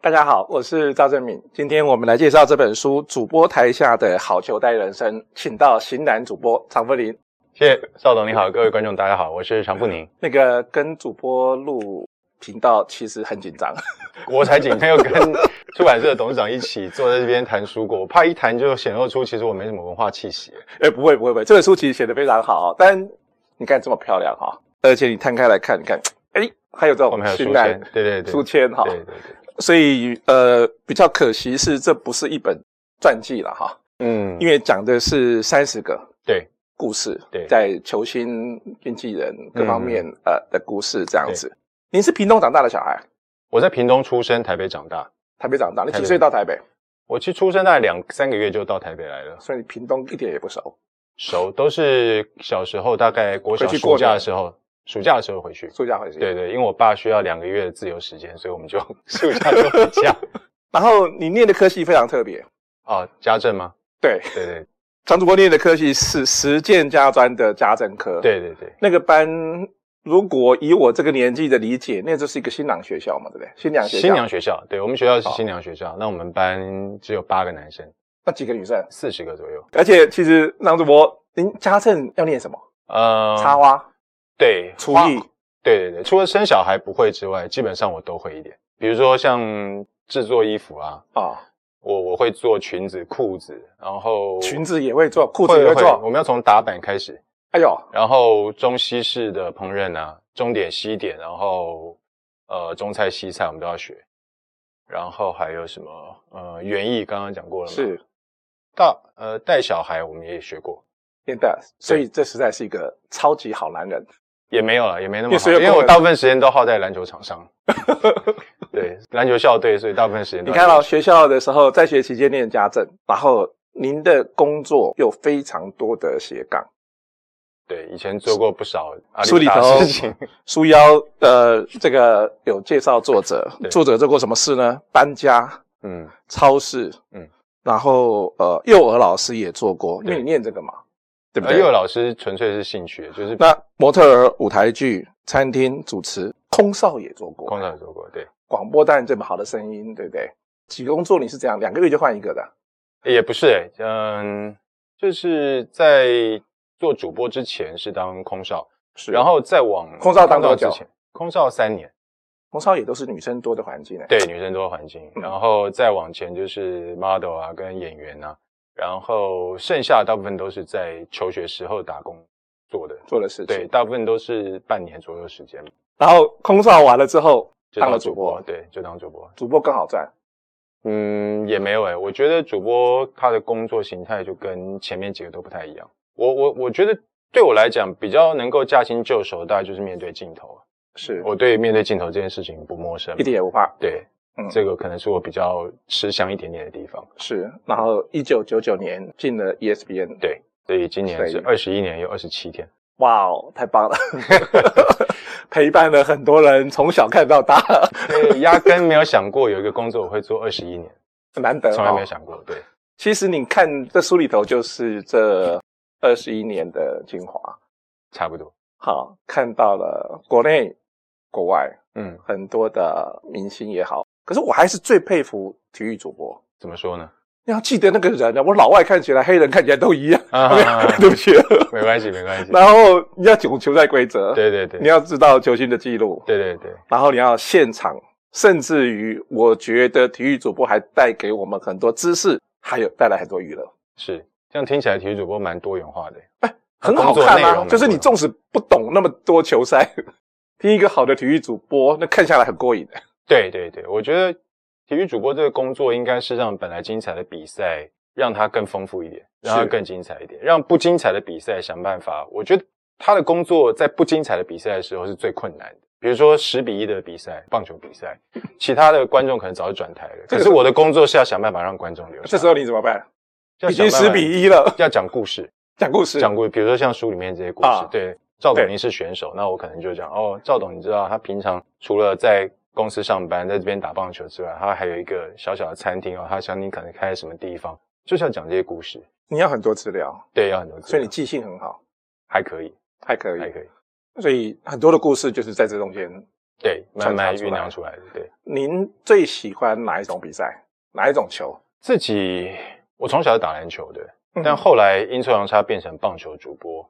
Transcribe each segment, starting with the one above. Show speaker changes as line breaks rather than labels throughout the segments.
大家好，我是赵正敏。今天我们来介绍这本书《主播台下的好球带人生》，请到型男主播常富林。
谢谢邵总，你好，各位观众大家好，我是常富宁。
那个跟主播录频道其实很紧张，
我才紧张，又跟出版社的董事长一起坐在这边谈书过，我怕一谈就显露出其实我没什么文化气息。
哎、不会不会不会，这本书其实写的非常好，但你看这么漂亮哈、而且你摊开来看，你看，哎，还有这
我
种
们还有书
型
签
男，
对对对，
书签哈，
对对对，
所以呃比较可惜是这不是一本传记了哈，
嗯，
因为讲的是三十个
对
故事，
对嗯
在球星、经纪人各方面、呃的故事这样
对
子。您是屏东长大的小孩，
我在屏东出生，台北长大。
台北长大，你
台
几
北
岁到台北？
我其实出生大概两三个月就到台北来了，
所以你屏东一点也不熟，
熟都是小时候大概国小
回去过
暑
年
假的时候，暑假的时候回去。
暑假回去。
对。对，因为我爸需要两个月的自由时间，所以我们就 暑假就回家。
然后你念的科系非常特别，
哦，家政吗？
对，
对对
常主播念的科系是实践家专的家政科。，
对对对，
那个班如果以我这个年纪的理解，那就是一个新郎学校嘛，对不对？新娘学校，
新娘学校，对我们学校是
好
新娘学校。那我们班只有八个男生，
那几个女生，
四十个左右。
而且其实常主播，您家政要念什么？
呃，
插花、
对
厨
花
艺，
对对对，除了生小孩不会之外，基本上我都会一点。比如说像制作衣服啊，
啊，
我我会做裙子、裤子，然后
裙子也会做，裤
会
子也会
会我
做。
们要从打板开始，
哎呦，
然后中西式的烹饪啊，中点、西点，然后呃中菜、西菜我们都要学，然后还有什么呃园艺刚刚讲过了嘛，
是
大呃带小孩我们也学过，
真的，所以这实在是一个超级好男人。
也没有了，也没那
因
么
为
好，
所有
因为
功
我
能
大部分时间都耗在篮球 场上。对，篮球校队，所以大部分时间都
你看到学校的时候，在学期间念家政，然后您的工作有非常多的斜杠，
对，以前做过不少阿
书
里
里
达
头
的 事 情，
书腰呃，这个有介绍作者，
对
作者做过什么事呢？搬家、
嗯，
超市，嗯
嗯，
然后呃，幼儿老师也做过，因为
对
你念这个嘛，对不
而幼
对
儿？老师纯粹是兴趣，就是
那模特儿、舞台剧、餐厅主持、空少也做过，
空少也做过，对，
广播当然这么好的声音，对不对？几个工作你是这样，两个月就换一个的，
也不是、欸，嗯，就是在做主播之前是当空少，
是
然后再往
空少当多久
空之前？空少三年，
红烧也都是女生多的环境呢、
对，女生多环境，
嗯
然后再往前就是 model 啊，跟演员啊，然后剩下大部分都是在求学时候打工做的，
做的事情。
对，，大部分都是半年左右时间
然后空少完了之后，
就
当了主播
对，就当主播，
主播更好赚，
嗯，也没有诶、我觉得主播他的工作形态就跟前面几个都不太一样，我我我觉得对我来讲比较能够驾轻就熟，大概就是面对镜头啊，
是
我对面对镜头这件事情不陌生
一，点也不怕。
对，
嗯
这个可能是我比较吃香一点点的地方。
是，然后一九九九年进了 E ESPN，
对所以今年
所
是
以
二十一年又二十七天。
哇哦，太棒了， 陪伴了很多人从小看到大，
对，压根没有想过有一个工作我会做二十一年，
难得、哦。
从来没有。想过。对，
其实你看这书里头就是这二十一年的精华，
差不多。
好看到了国内、国外
嗯，
很多的明星也好，可是我还是最佩服体育主播。
怎么说呢？
你要记得那个人啊，我老外看起来、黑人看起来都一样，
啊
对不起。
没关系，没关系。
然后你要懂球赛规则，
对对对
你，要知道球星的记录，
对对对，
然后你要现场，甚至于我觉得体育主播还带给我们很多知识，还有带来很多娱乐，
是。这样听起来，体育主播蛮多元化的。
很
工
好
作
看
内
啊。
容
就是你
很多
纵使不懂那么多球赛，听一个好的体育主播，那看下来很过瘾的。
对对对，我觉得体育主播这个工作应该是让本来精彩的比赛让它更丰富一点，让它
是
更精彩一点，让不精彩的比赛想办法。我觉得他的工作在不精彩的比赛的时候是最困难的。比如说十比一的比赛，棒球比赛，其他的观众可能早就转台了。
这个
可是我的工作是要想办法让观众留下。
这时候你怎么办？
候
已经十比一了，
要讲故事，
讲故事，
讲故事，比如说像书里面这些故事，
啊
对，赵
对
董您是选手，那我可能就讲哦，赵董你知道他平常除了在公司上班，在这边打棒球之外，他还有一个小小的餐厅哦，他想你可能开在什么地方，就是要讲这些故事，
你要很多资料，
对，要很多资料，
所以你记性很好，
还可以，
还可以
还。可以，
所以很多的故事就是在这中间
对，慢慢
传达出
酝
来
酿出来的。对
您最喜欢哪一种比赛？哪一种球？
自己，我从小是打篮球的，
嗯
但后来阴错阳差变成棒球主播。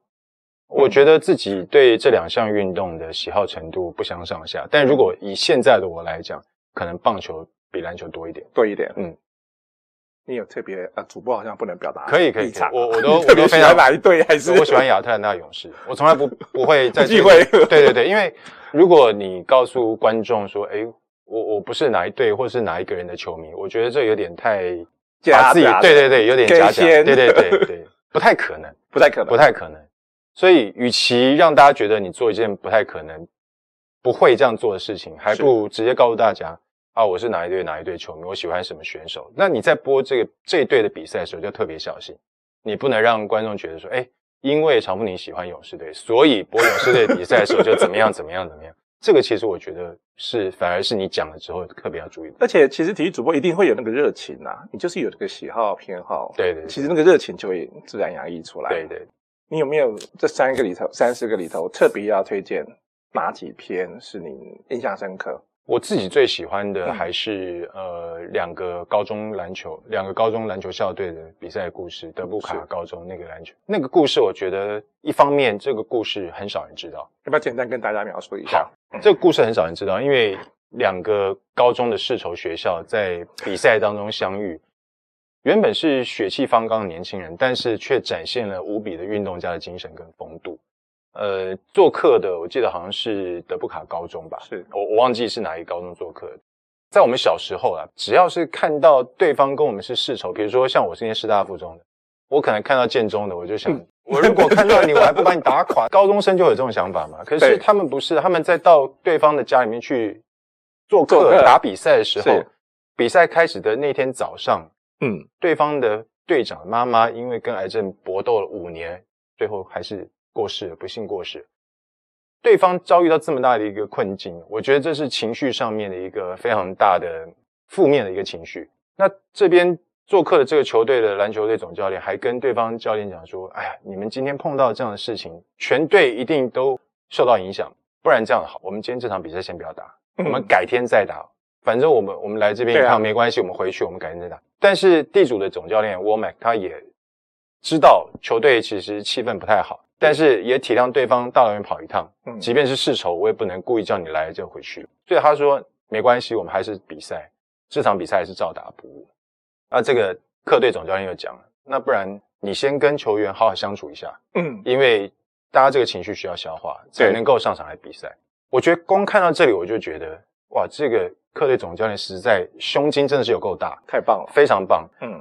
我觉得自己对这两项运动的喜好程度不相上下，但如果以现在的我来讲，可能棒球比篮球多一点。
多一点。
嗯，
你有特别呃，主播好像不能表达
可以可以
立场，
我我都
特别
我都非
喜
常
欢哪一队？还是
我喜欢亚特兰大勇士，我从来不不 会在
不忌讳
对对对，因为如果你告诉观众说，哎，我我不是哪一队或是哪一个人的球迷，我觉得这有点太把
假
自己
假的
对对对，有点
给
假假，对
先
对对对， 不太可能，
不太可能，
不太可能。所以，与其让大家觉得你做一件不太可能、不会这样做的事情，还不如直接告诉大家啊，我是哪一队哪一队球迷，我喜欢什么选手。那你在播这个这一队的比赛的时候，就特别小心，你不能让观众觉得说，哎，因为常富宁喜欢勇士队，所以播勇士队比赛的时候就怎么样怎么样怎么样。这个其实我觉得是，反而是你讲了之后特别要注意的。
而且其实体育主播一定会有那个热情啊，你就是有这个喜好偏好，
对对对
其实那个热情就会自然洋溢出来。
对，对，
你有没有这三个里头，三十个里头特别要推荐哪几篇是你印象深刻？
我自己最喜欢的
嗯
还是、呃两个高中篮球，两个高中篮球校队的比赛故事，德布卡
是
高中那个篮球那个故事，我觉得一方面这个故事很少人知道，
要不要简单跟大家描述一下？
这个故事很少人知道，因为两个高中的世仇学校在比赛当中相遇，原本是血气方刚的年轻人，但是却展现了无比的运动家的精神跟风度。呃，做客的我记得好像是德布卡高中吧，
是
我我忘记是哪一个高中做客的。在我们小时候啊，只要是看到对方跟我们是世仇，比如说像我是念师大附中的，我可能看到建中的，我就想，
嗯
我如果看到你，我还不把你打垮？高中生就有这种想法嘛。可是
对
他们不是，他们在到对方的家里面去做
做
客
客
打比赛的时候
是，
比赛开始的那天早上，
嗯，
对方的队长妈妈因为跟癌症搏斗了五年，最后还是过世了，不幸过世。对方遭遇到这么大的一个困境，我觉得这是情绪上面的一个非常大的负面的一个情绪。那这边做客的这个球队的篮球队总教练还跟对方教练讲说：“哎呀，你们今天碰到这样的事情，全队一定都受到影响，不然这样好，我们今天这场比赛先不要打，我
嗯
们改天再打。反正我们我们来这边一
对啊
趟没关系，我们回去我们改天再打。但是地主的总教练 Womack 他也知道球队其实气氛不太好，但是也体谅对方大老远跑一趟，
嗯
即便是世仇，我也不能故意叫你来就回去。所以他说没关系，我们还是比赛，这场比赛还是照打不误。那这个客队总教练又讲了，那不然你先跟球员好好相处一下，
嗯，
因为大家这个情绪需要消化，才
对
能够上场来比赛。我觉得光看到这里，我就觉得哇，这个客队总教练实在胸襟真的是有够大，
太棒了，
非常棒。
嗯，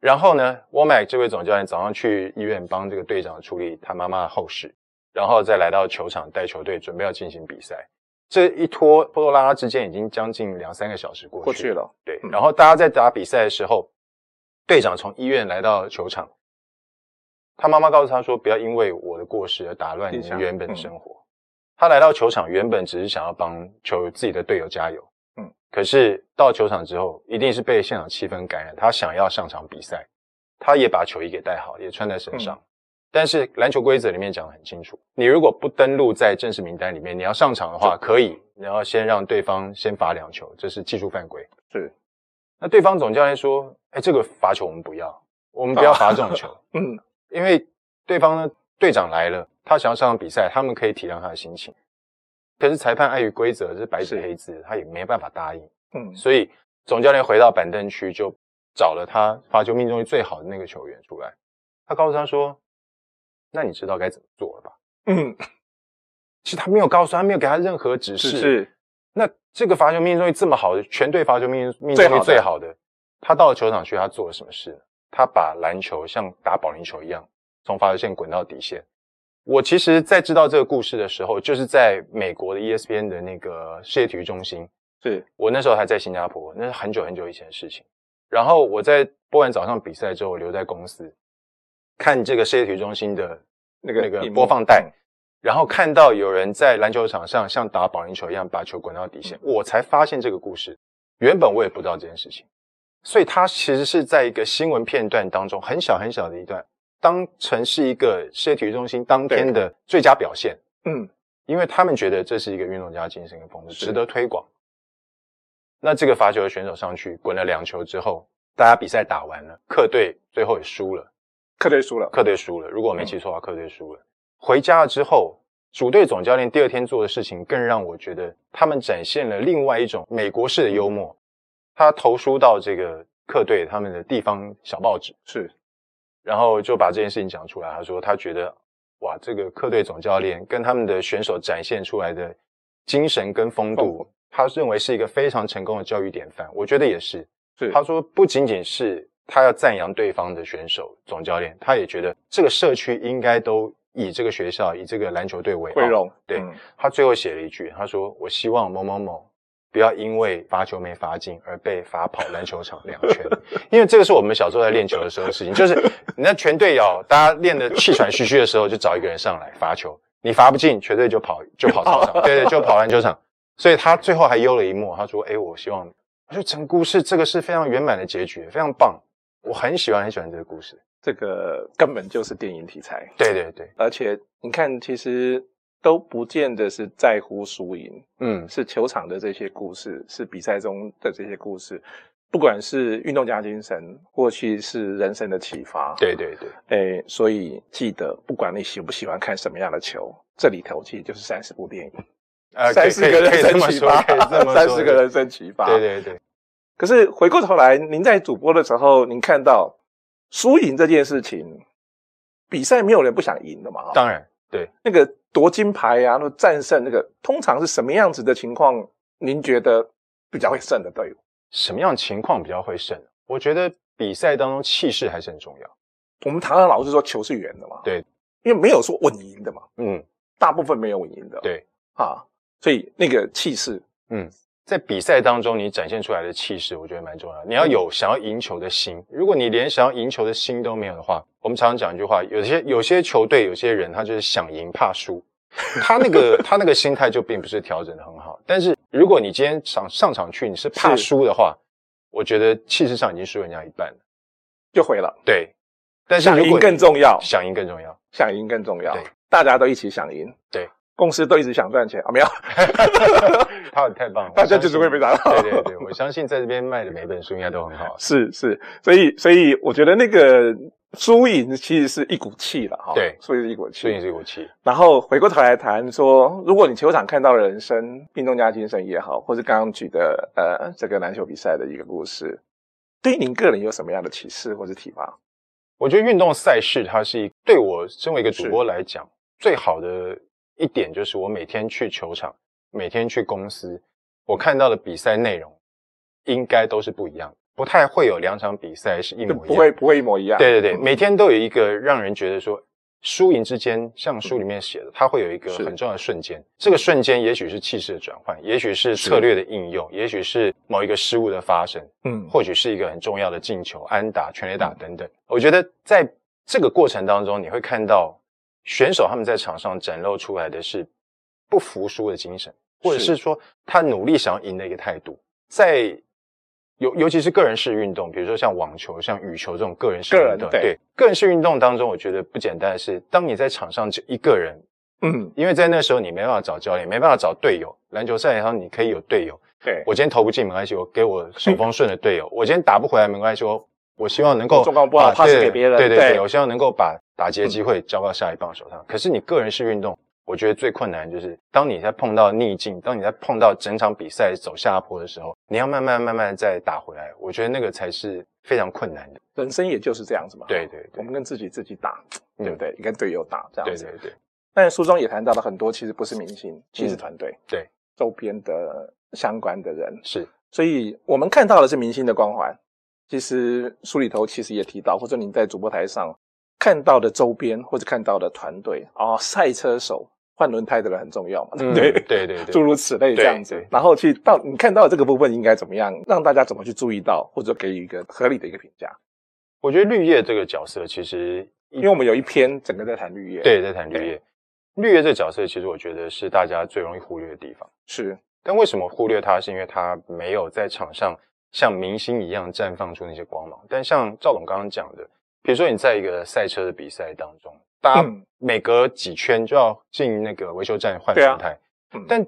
然后呢 w o m a c 这位总教练早上去医院帮这个队长处理他妈妈的后事，然后再来到球场带球队准备要进行比赛。这一拖拖拖拉拉之间已经将近两三个小时过去
过去了，
对，
嗯
然后大家在打比赛的时候，队长从医院来到球场，他妈妈告诉他说：“不要因为我的过失而打乱你
影响
原本的生活。他来到球场原本只是想要帮球自己的队友加油，
嗯，
可是到球场之后，一定是被现场气氛感染，他想要上场比赛，他也把球衣给带好，也穿在身
嗯
上。但是篮球规则里面讲得很清楚，你如果不登录在正式名单里面，你要上场的话可以，你要先让对方先罚两球，这是技术犯规。
是，
那对方总教练说：“哎，这个罚球我们不要，我们不要罚这种球，
嗯，
因为对方呢队长来了，他想要上场比赛，他们可以体谅他的心情。可是裁判碍于规则这是白纸
是
黑字，他也没办法答应。
嗯，
所以总教练回到板凳区，就找了他罚球命中率最好的那个球员出来。他告诉他说：‘那你知道该怎么做了吧
嗯，？’
其实他没有告诉他，没有给他任何指
只
示。
是
那这个罚球命中率这么好的，全队罚球命命
最好
中率
的
最好的，他到了球场去，他做了什么事呢？他把篮球像打保龄球一样，从罚球线滚到底线。我其实，在知道这个故事的时候，就是在美国的 E ESPN 的那个世界体育中心，
是
我那时候还在新加坡，那是很久很久以前的事情。然后我在播完早上比赛之后，我留在公司看这个世界体育中心的
那个
那个
荧幕嗯
播放带，然后看到有人在篮球场上像打保龄球一样把球滚到底线，
嗯
我才发现这个故事。原本我也不知道这件事情，所以它其实是在一个新闻片段当中很小很小的一段，当成是一个世界体育中心当天的最佳表现。
嗯，
因为他们觉得这是一个运动家精神跟风格，
是
值得推广。那这个罚球的选手上去滚了两球之后，大家比赛打完了，客队最后也输了，
客队输了，
客队输了。如果我没记错的话，客队输了。回家了之后，主队总教练第二天做的事情，更让我觉得他们展现了另外一种美国式的幽默。他投书到这个客队他们的地方小报纸，
是
然后就把这件事情讲出来。他说他觉得，哇，这个客队总教练跟他们的选手展现出来的精神跟
风
风度，他认为是一个非常成功的教育典范。我觉得也是。
是，
他说不仅仅是他要赞扬对方的选手、总教练，他也觉得这个社区应该都以这个学校、以这个篮球队为
会
荣。
容
对
嗯
他最后写了一句，他说：“我希望某某某。”不要因为罚球没罚进而被罚跑篮球场两圈，因为这个是我们小时候在练球的时候的事情，就是你在全队哦，大家练得气喘吁吁的时候，就找一个人上来罚球，你罚不进，全队就跑就跑操场，对对，就跑篮球场。所以他最后还幽了一幕，他说：“哎，我希望，我说整个故事这个是非常圆满的结局，非常棒，我很喜欢很喜欢这个故事。
这个根本就是电影题材，”
对对对，
而且你看，其实都不见得是在乎输赢，
嗯，
是球场的这些故事，是比赛中的这些故事，不管是运动家精神，或许是人生的启发，
对对对，
诶，所以记得，不管你喜不喜欢看什么样的球，这里头其实就是三十部电影，
呃，
三
可以
十个
可以可
人
以这
生
么
启
说，
发
可以这，么说，
三十个人生启发。
对。对对，
可是回过头来，您在主播的时候，您看到输赢这件事情，比赛没有人不想赢的嘛？哈
当然对。
那个夺金牌啊，那个战胜那个，通常是什么样子的情况？您觉得比较会胜的队伍？
什么样情况比较会胜？我觉得比赛当中气势还是很重要。
我们常常老是说球是圆的嘛，
对，
因为没有说稳赢的嘛，
嗯，
大部分没有稳赢的，
对，
啊，所以那个气势
在比赛当中你展现出来的气势，我觉得蛮重要的。你
嗯
要有想要赢球的心，如果你连想要赢球的心都没有的话，我们常常讲一句话，有些有些球队有些人他就是想赢怕 输，他那个他那个心态就并不是调整的很好。但是如果你今天上上场去你是怕
是
输的话，我觉得气势上已经输人家一半了。
就毁了。
对，但是
想
如
赢
果
更
你
重要，
想赢更 重要。
想赢更重要
对。
大家都一起想赢，
对，
公司都一直想赚钱啊，没有，
他太棒了，
大家就是会非常好
我相 信对对对，我相信在这边卖的每本书应该都很好。
是是，所以所以我觉得那个输赢其实是一股气了哈，
对
所以是一股
所以
气。
这个气，
然后回过头来谈说，如果你球场看到了人生，运动家精神也好，或是刚刚举的呃这个篮球比赛的一个故事，对您个人有什么样的启示或是启发？
我觉得运动赛事它是一对我身为一个主播来讲，最好的一点就是我每天去球场，每天去公司，我看到的比赛内容应该都是不一样的，不太会有两场比赛是一
就
模一样的。
不会不会一模一样。
对对
嗯
对，每天都有一个让人觉得说输赢之间，像书里面写的，它会有一个
是
很重要的瞬间。这个瞬间也许是气势的转换，也许是策略的应用，也许是某一个失误的发生，
嗯，
或许是一个很重要的进球、安打、全垒打等等。我觉得在这个过程当中，你会看到选手他们在场上展露出来的是不服输的精神，或者
是
是说他努力想要赢的一个态度。在尤尤其是个人式运动，比如说像网球、像羽球这种个人式
个人
运动，
对
个人式运动当中，我觉得不简单的是，当你在场上只一个人，
嗯，
因为在那时候你没办法找教练，没办法找队友。篮球赛上你可以有队友，
对，
我今天投不进没关系，我给我手风顺的队友；我今天打不回来没关系，我我希望能够
状况不好
把
pass
对
给别人
对对
对
对，我希望能够把打击的机会交到下一棒手上。可是你个人式运动，我觉得最困难的就是当你在碰到逆境，当你在碰到整场比赛走下坡的时候，你要慢慢慢慢再打回来。我觉得那个才是非常困难的。
人生也就是这样子嘛。
对对
我
对
们跟自己自己打，
嗯
对不对？跟队友打这样
对
子。
对对，
但书中也谈到了很多，其实不是明星，其实团队、
嗯对
周边的相关的人，
是
所以我们看到的是明星的光环。其实书里头其实也提到，或者您在主播台上看到的周边或者看到的团队啊、哦赛车手换轮胎的人很重要嘛，对不对？
嗯对对对，
诸如此类这样子
对对，
然后去到你看到的这个部分应该怎么样，让大家怎么去注意到，或者给予一个合理的一个评价。
我觉得绿叶这个角色其实
因为我们有一篇整个在谈绿叶，，
嗯对在谈绿
对
叶，绿叶这个角色其实我觉得是大家最容易忽略的地方。
是
但为什么忽略他？是因为他没有在场上像明星一样绽放出那些光芒。但像赵董刚刚讲的，比如说你在一个赛车的比赛当中，大家
嗯
每隔几圈就要进那个维修站换
对啊
轮胎。
嗯
但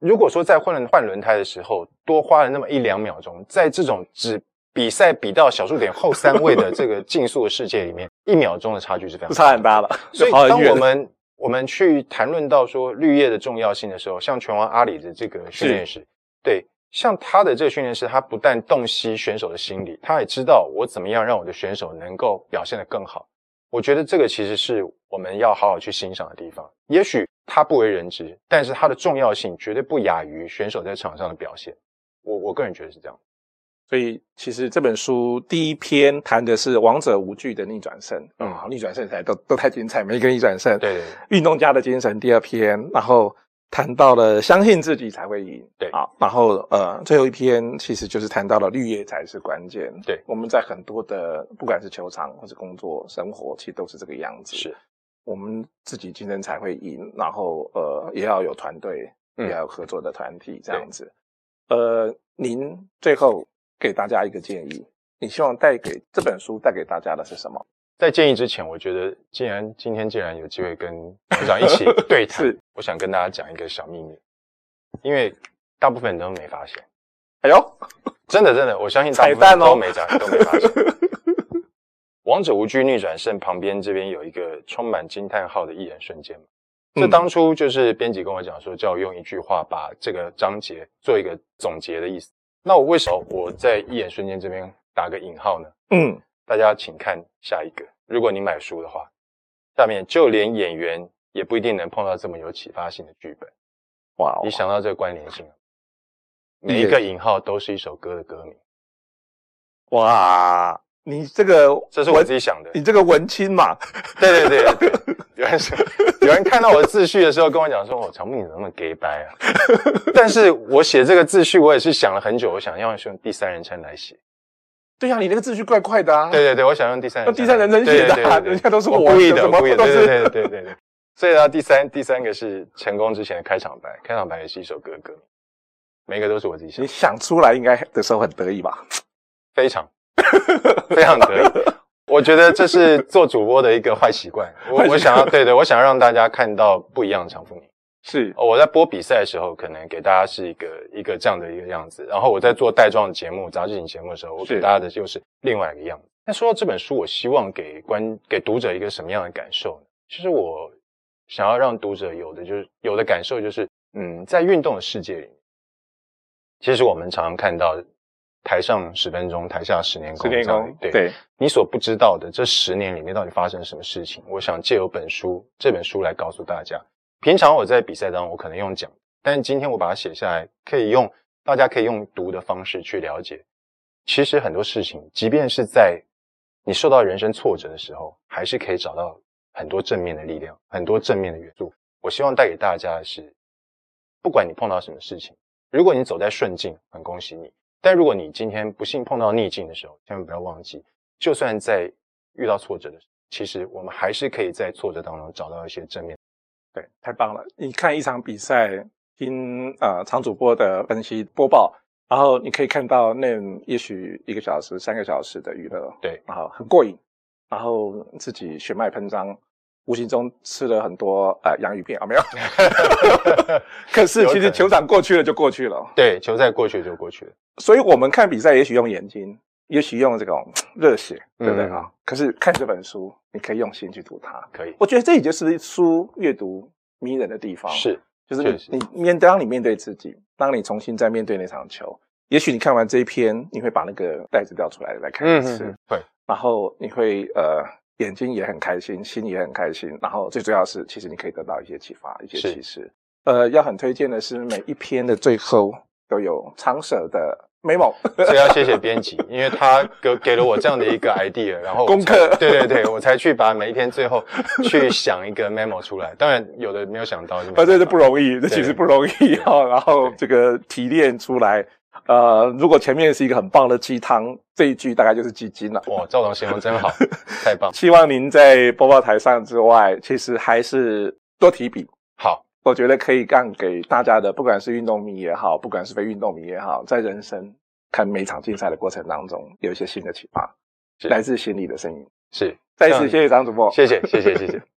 如果说在换轮换轮胎的时候多花了那么一两秒钟，在这种只比赛比到小数点后三位的这个 竞速的世界里面，一秒钟的差距是非常
差很大了，
所以
好很
当我
远。
们我们去谈论到说绿叶的重要性的时候，像拳王阿里的这个训练师，对，像他的这个训练师，他不但洞悉选手的心理，他也知道我怎么样让我的选手能够表现得更好。我觉得这个其实是我们要好好去欣赏的地方。也许他不为人知，但是他的重要性绝对不亚于选手在场上的表现。我我个人觉得是这样。
所以其实这本书第一篇谈的是王者无惧的逆转胜，
嗯
啊、逆转胜才都都太精彩，每一个逆转胜，
对对对
运动家的精神第二篇，然后谈到了相信自己才会赢，
对
啊，然后呃最后一篇其实就是谈到了绿叶才是关键，
对
我们在很多的不管是球场或是工作生活，其实都是这个样子，
是
我们自己竞争才会赢，然后呃也要有团队，
嗯
也要有合作的团体这样子。呃，您最后给大家一个建议，你希望带给这本书带给大家的是什么？
在建议之前，我觉得既然今天既然有机会跟团长一起对 谈
是，
我想跟大家讲一个小秘密，因为大部分人都没发现，
哎呦，
真的真的，我相信大部
彩蛋
分
哦
都没讲、都没发现。王者无惧逆转胜旁边这边有一个充满惊叹号的一眼瞬间嘛，这
嗯
当初就是编辑跟我讲说，叫我用一句话把这个章节做一个总结的意思。那我为什么我在一眼瞬间这边打个引号呢？
嗯，
大家请看下一个。如果你买书的话，下面就连演员也不一定能碰到这么有启发性的剧本。
哇哦
你，想到这个关联性吗？
也
每一个引号都是一首歌的歌名，
哦哇，你这个
这是我自己想的。
你这个文青嘛，
对对对对对，有人说有人看到我的自序的时候跟我讲说：“哦，长木你怎么那么 gay 白啊？”但是我写这个自序，我也是想了很久，我想要用第三人称来写。
对呀、你那个字句怪怪的啊。
对对对，我想用第三人称
用第三人称写的啊
对对对对对
人家都是
我
我
故意的，
怎么
我故意的，
都
对
是
对对对对对。所以呢，第三第三个是成功之前的开场白，开场白也是一首歌的歌名，每个都是我自己写
你
的，
想出来应该的时候很得意吧？
非常非常得意。我觉得这是做主播的一个坏习惯，我
坏习惯
我想要对对，我想让大家看到不一样的长富宁。
是，
哦，我在播比赛的时候，可能给大家是一个一个这样的一个样子。然后我在做带状节目、杂志型节目的时候，我
是
给大家的就是另外一个样子。那说到这本书，我希望给观给读者一个什么样的感受呢？其实我想要让读者有的就是有的感受就是，嗯，在运动的世界里，其实我们常常看到台上十分钟，台下十年
十
功这
年
样
功，
的。对你所不知道的这十年里面到底发生什么事情，我想借由本书这本书来告诉大家。平常我在比赛当中我可能用讲，但是今天我把它写下来，可以用大家可以用读的方式去了解。其实很多事情，即便是在你受到人生挫折的时候，还是可以找到很多正面的力量，很多正面的元素。我希望带给大家的是，不管你碰到什么事情，如果你走在顺境，很恭喜你；但如果你今天不幸碰到逆境的时候，千万不要忘记，就算在遇到挫折的时候，其实我们还是可以在挫折当中找到一些正面。
对，太棒了！你看一场比赛，听呃常主播的分析播报，然后你可以看到那也许一个小时、三个小时的娱乐，
对，
然后很过瘾，然后自己血脉喷张，无形中吃了很多呃洋芋片 啊，没有。可是
有可
其
能
实球场过去了就过去了，
对，球赛过去就过去了。
所以我们看比赛也许用眼睛，也许用这种热血，对不对
嗯
啊？可是看这本书，你可以用心去读它。
可以，
我觉得这也就是书阅读迷人的地方，。
是
就是
确实
你你面当你面对自己，当你重新再面对那场球，也许你看完这一篇，你会把那个袋子掉出来再看一次，
嗯会
然后你会呃眼睛也很开心，心也很开心，然后最重要是，其实你可以得到一些启发，一些
是
启示。呃，要很推荐的是，每一篇的最后都有长舍的 memo，
所以要谢谢编辑，因为他给给了我这样的一个 idea，然后我才
功课
对对对，我才去把每一篇最后去想一个 memo 出来。当然，有的没有想到，就没
呃，这是
想到
不容易，这
对
其实不容易哦。然后这个提炼出来，呃，如果前面是一个很棒的鸡汤，这一句大概就是鸡精了。
哇，赵总形容真好，太棒！
希望您在播报台上之外，其实还是多提笔，
好，
我觉得可以让给大家的，不管是运动迷也好，不管是非运动迷也好，在人生看每一场竞赛的过程当中，有一些新的启发，
是
来自心里的声音。
是，
再一
这
次
样
谢谢张主播，
谢谢，谢谢，谢谢。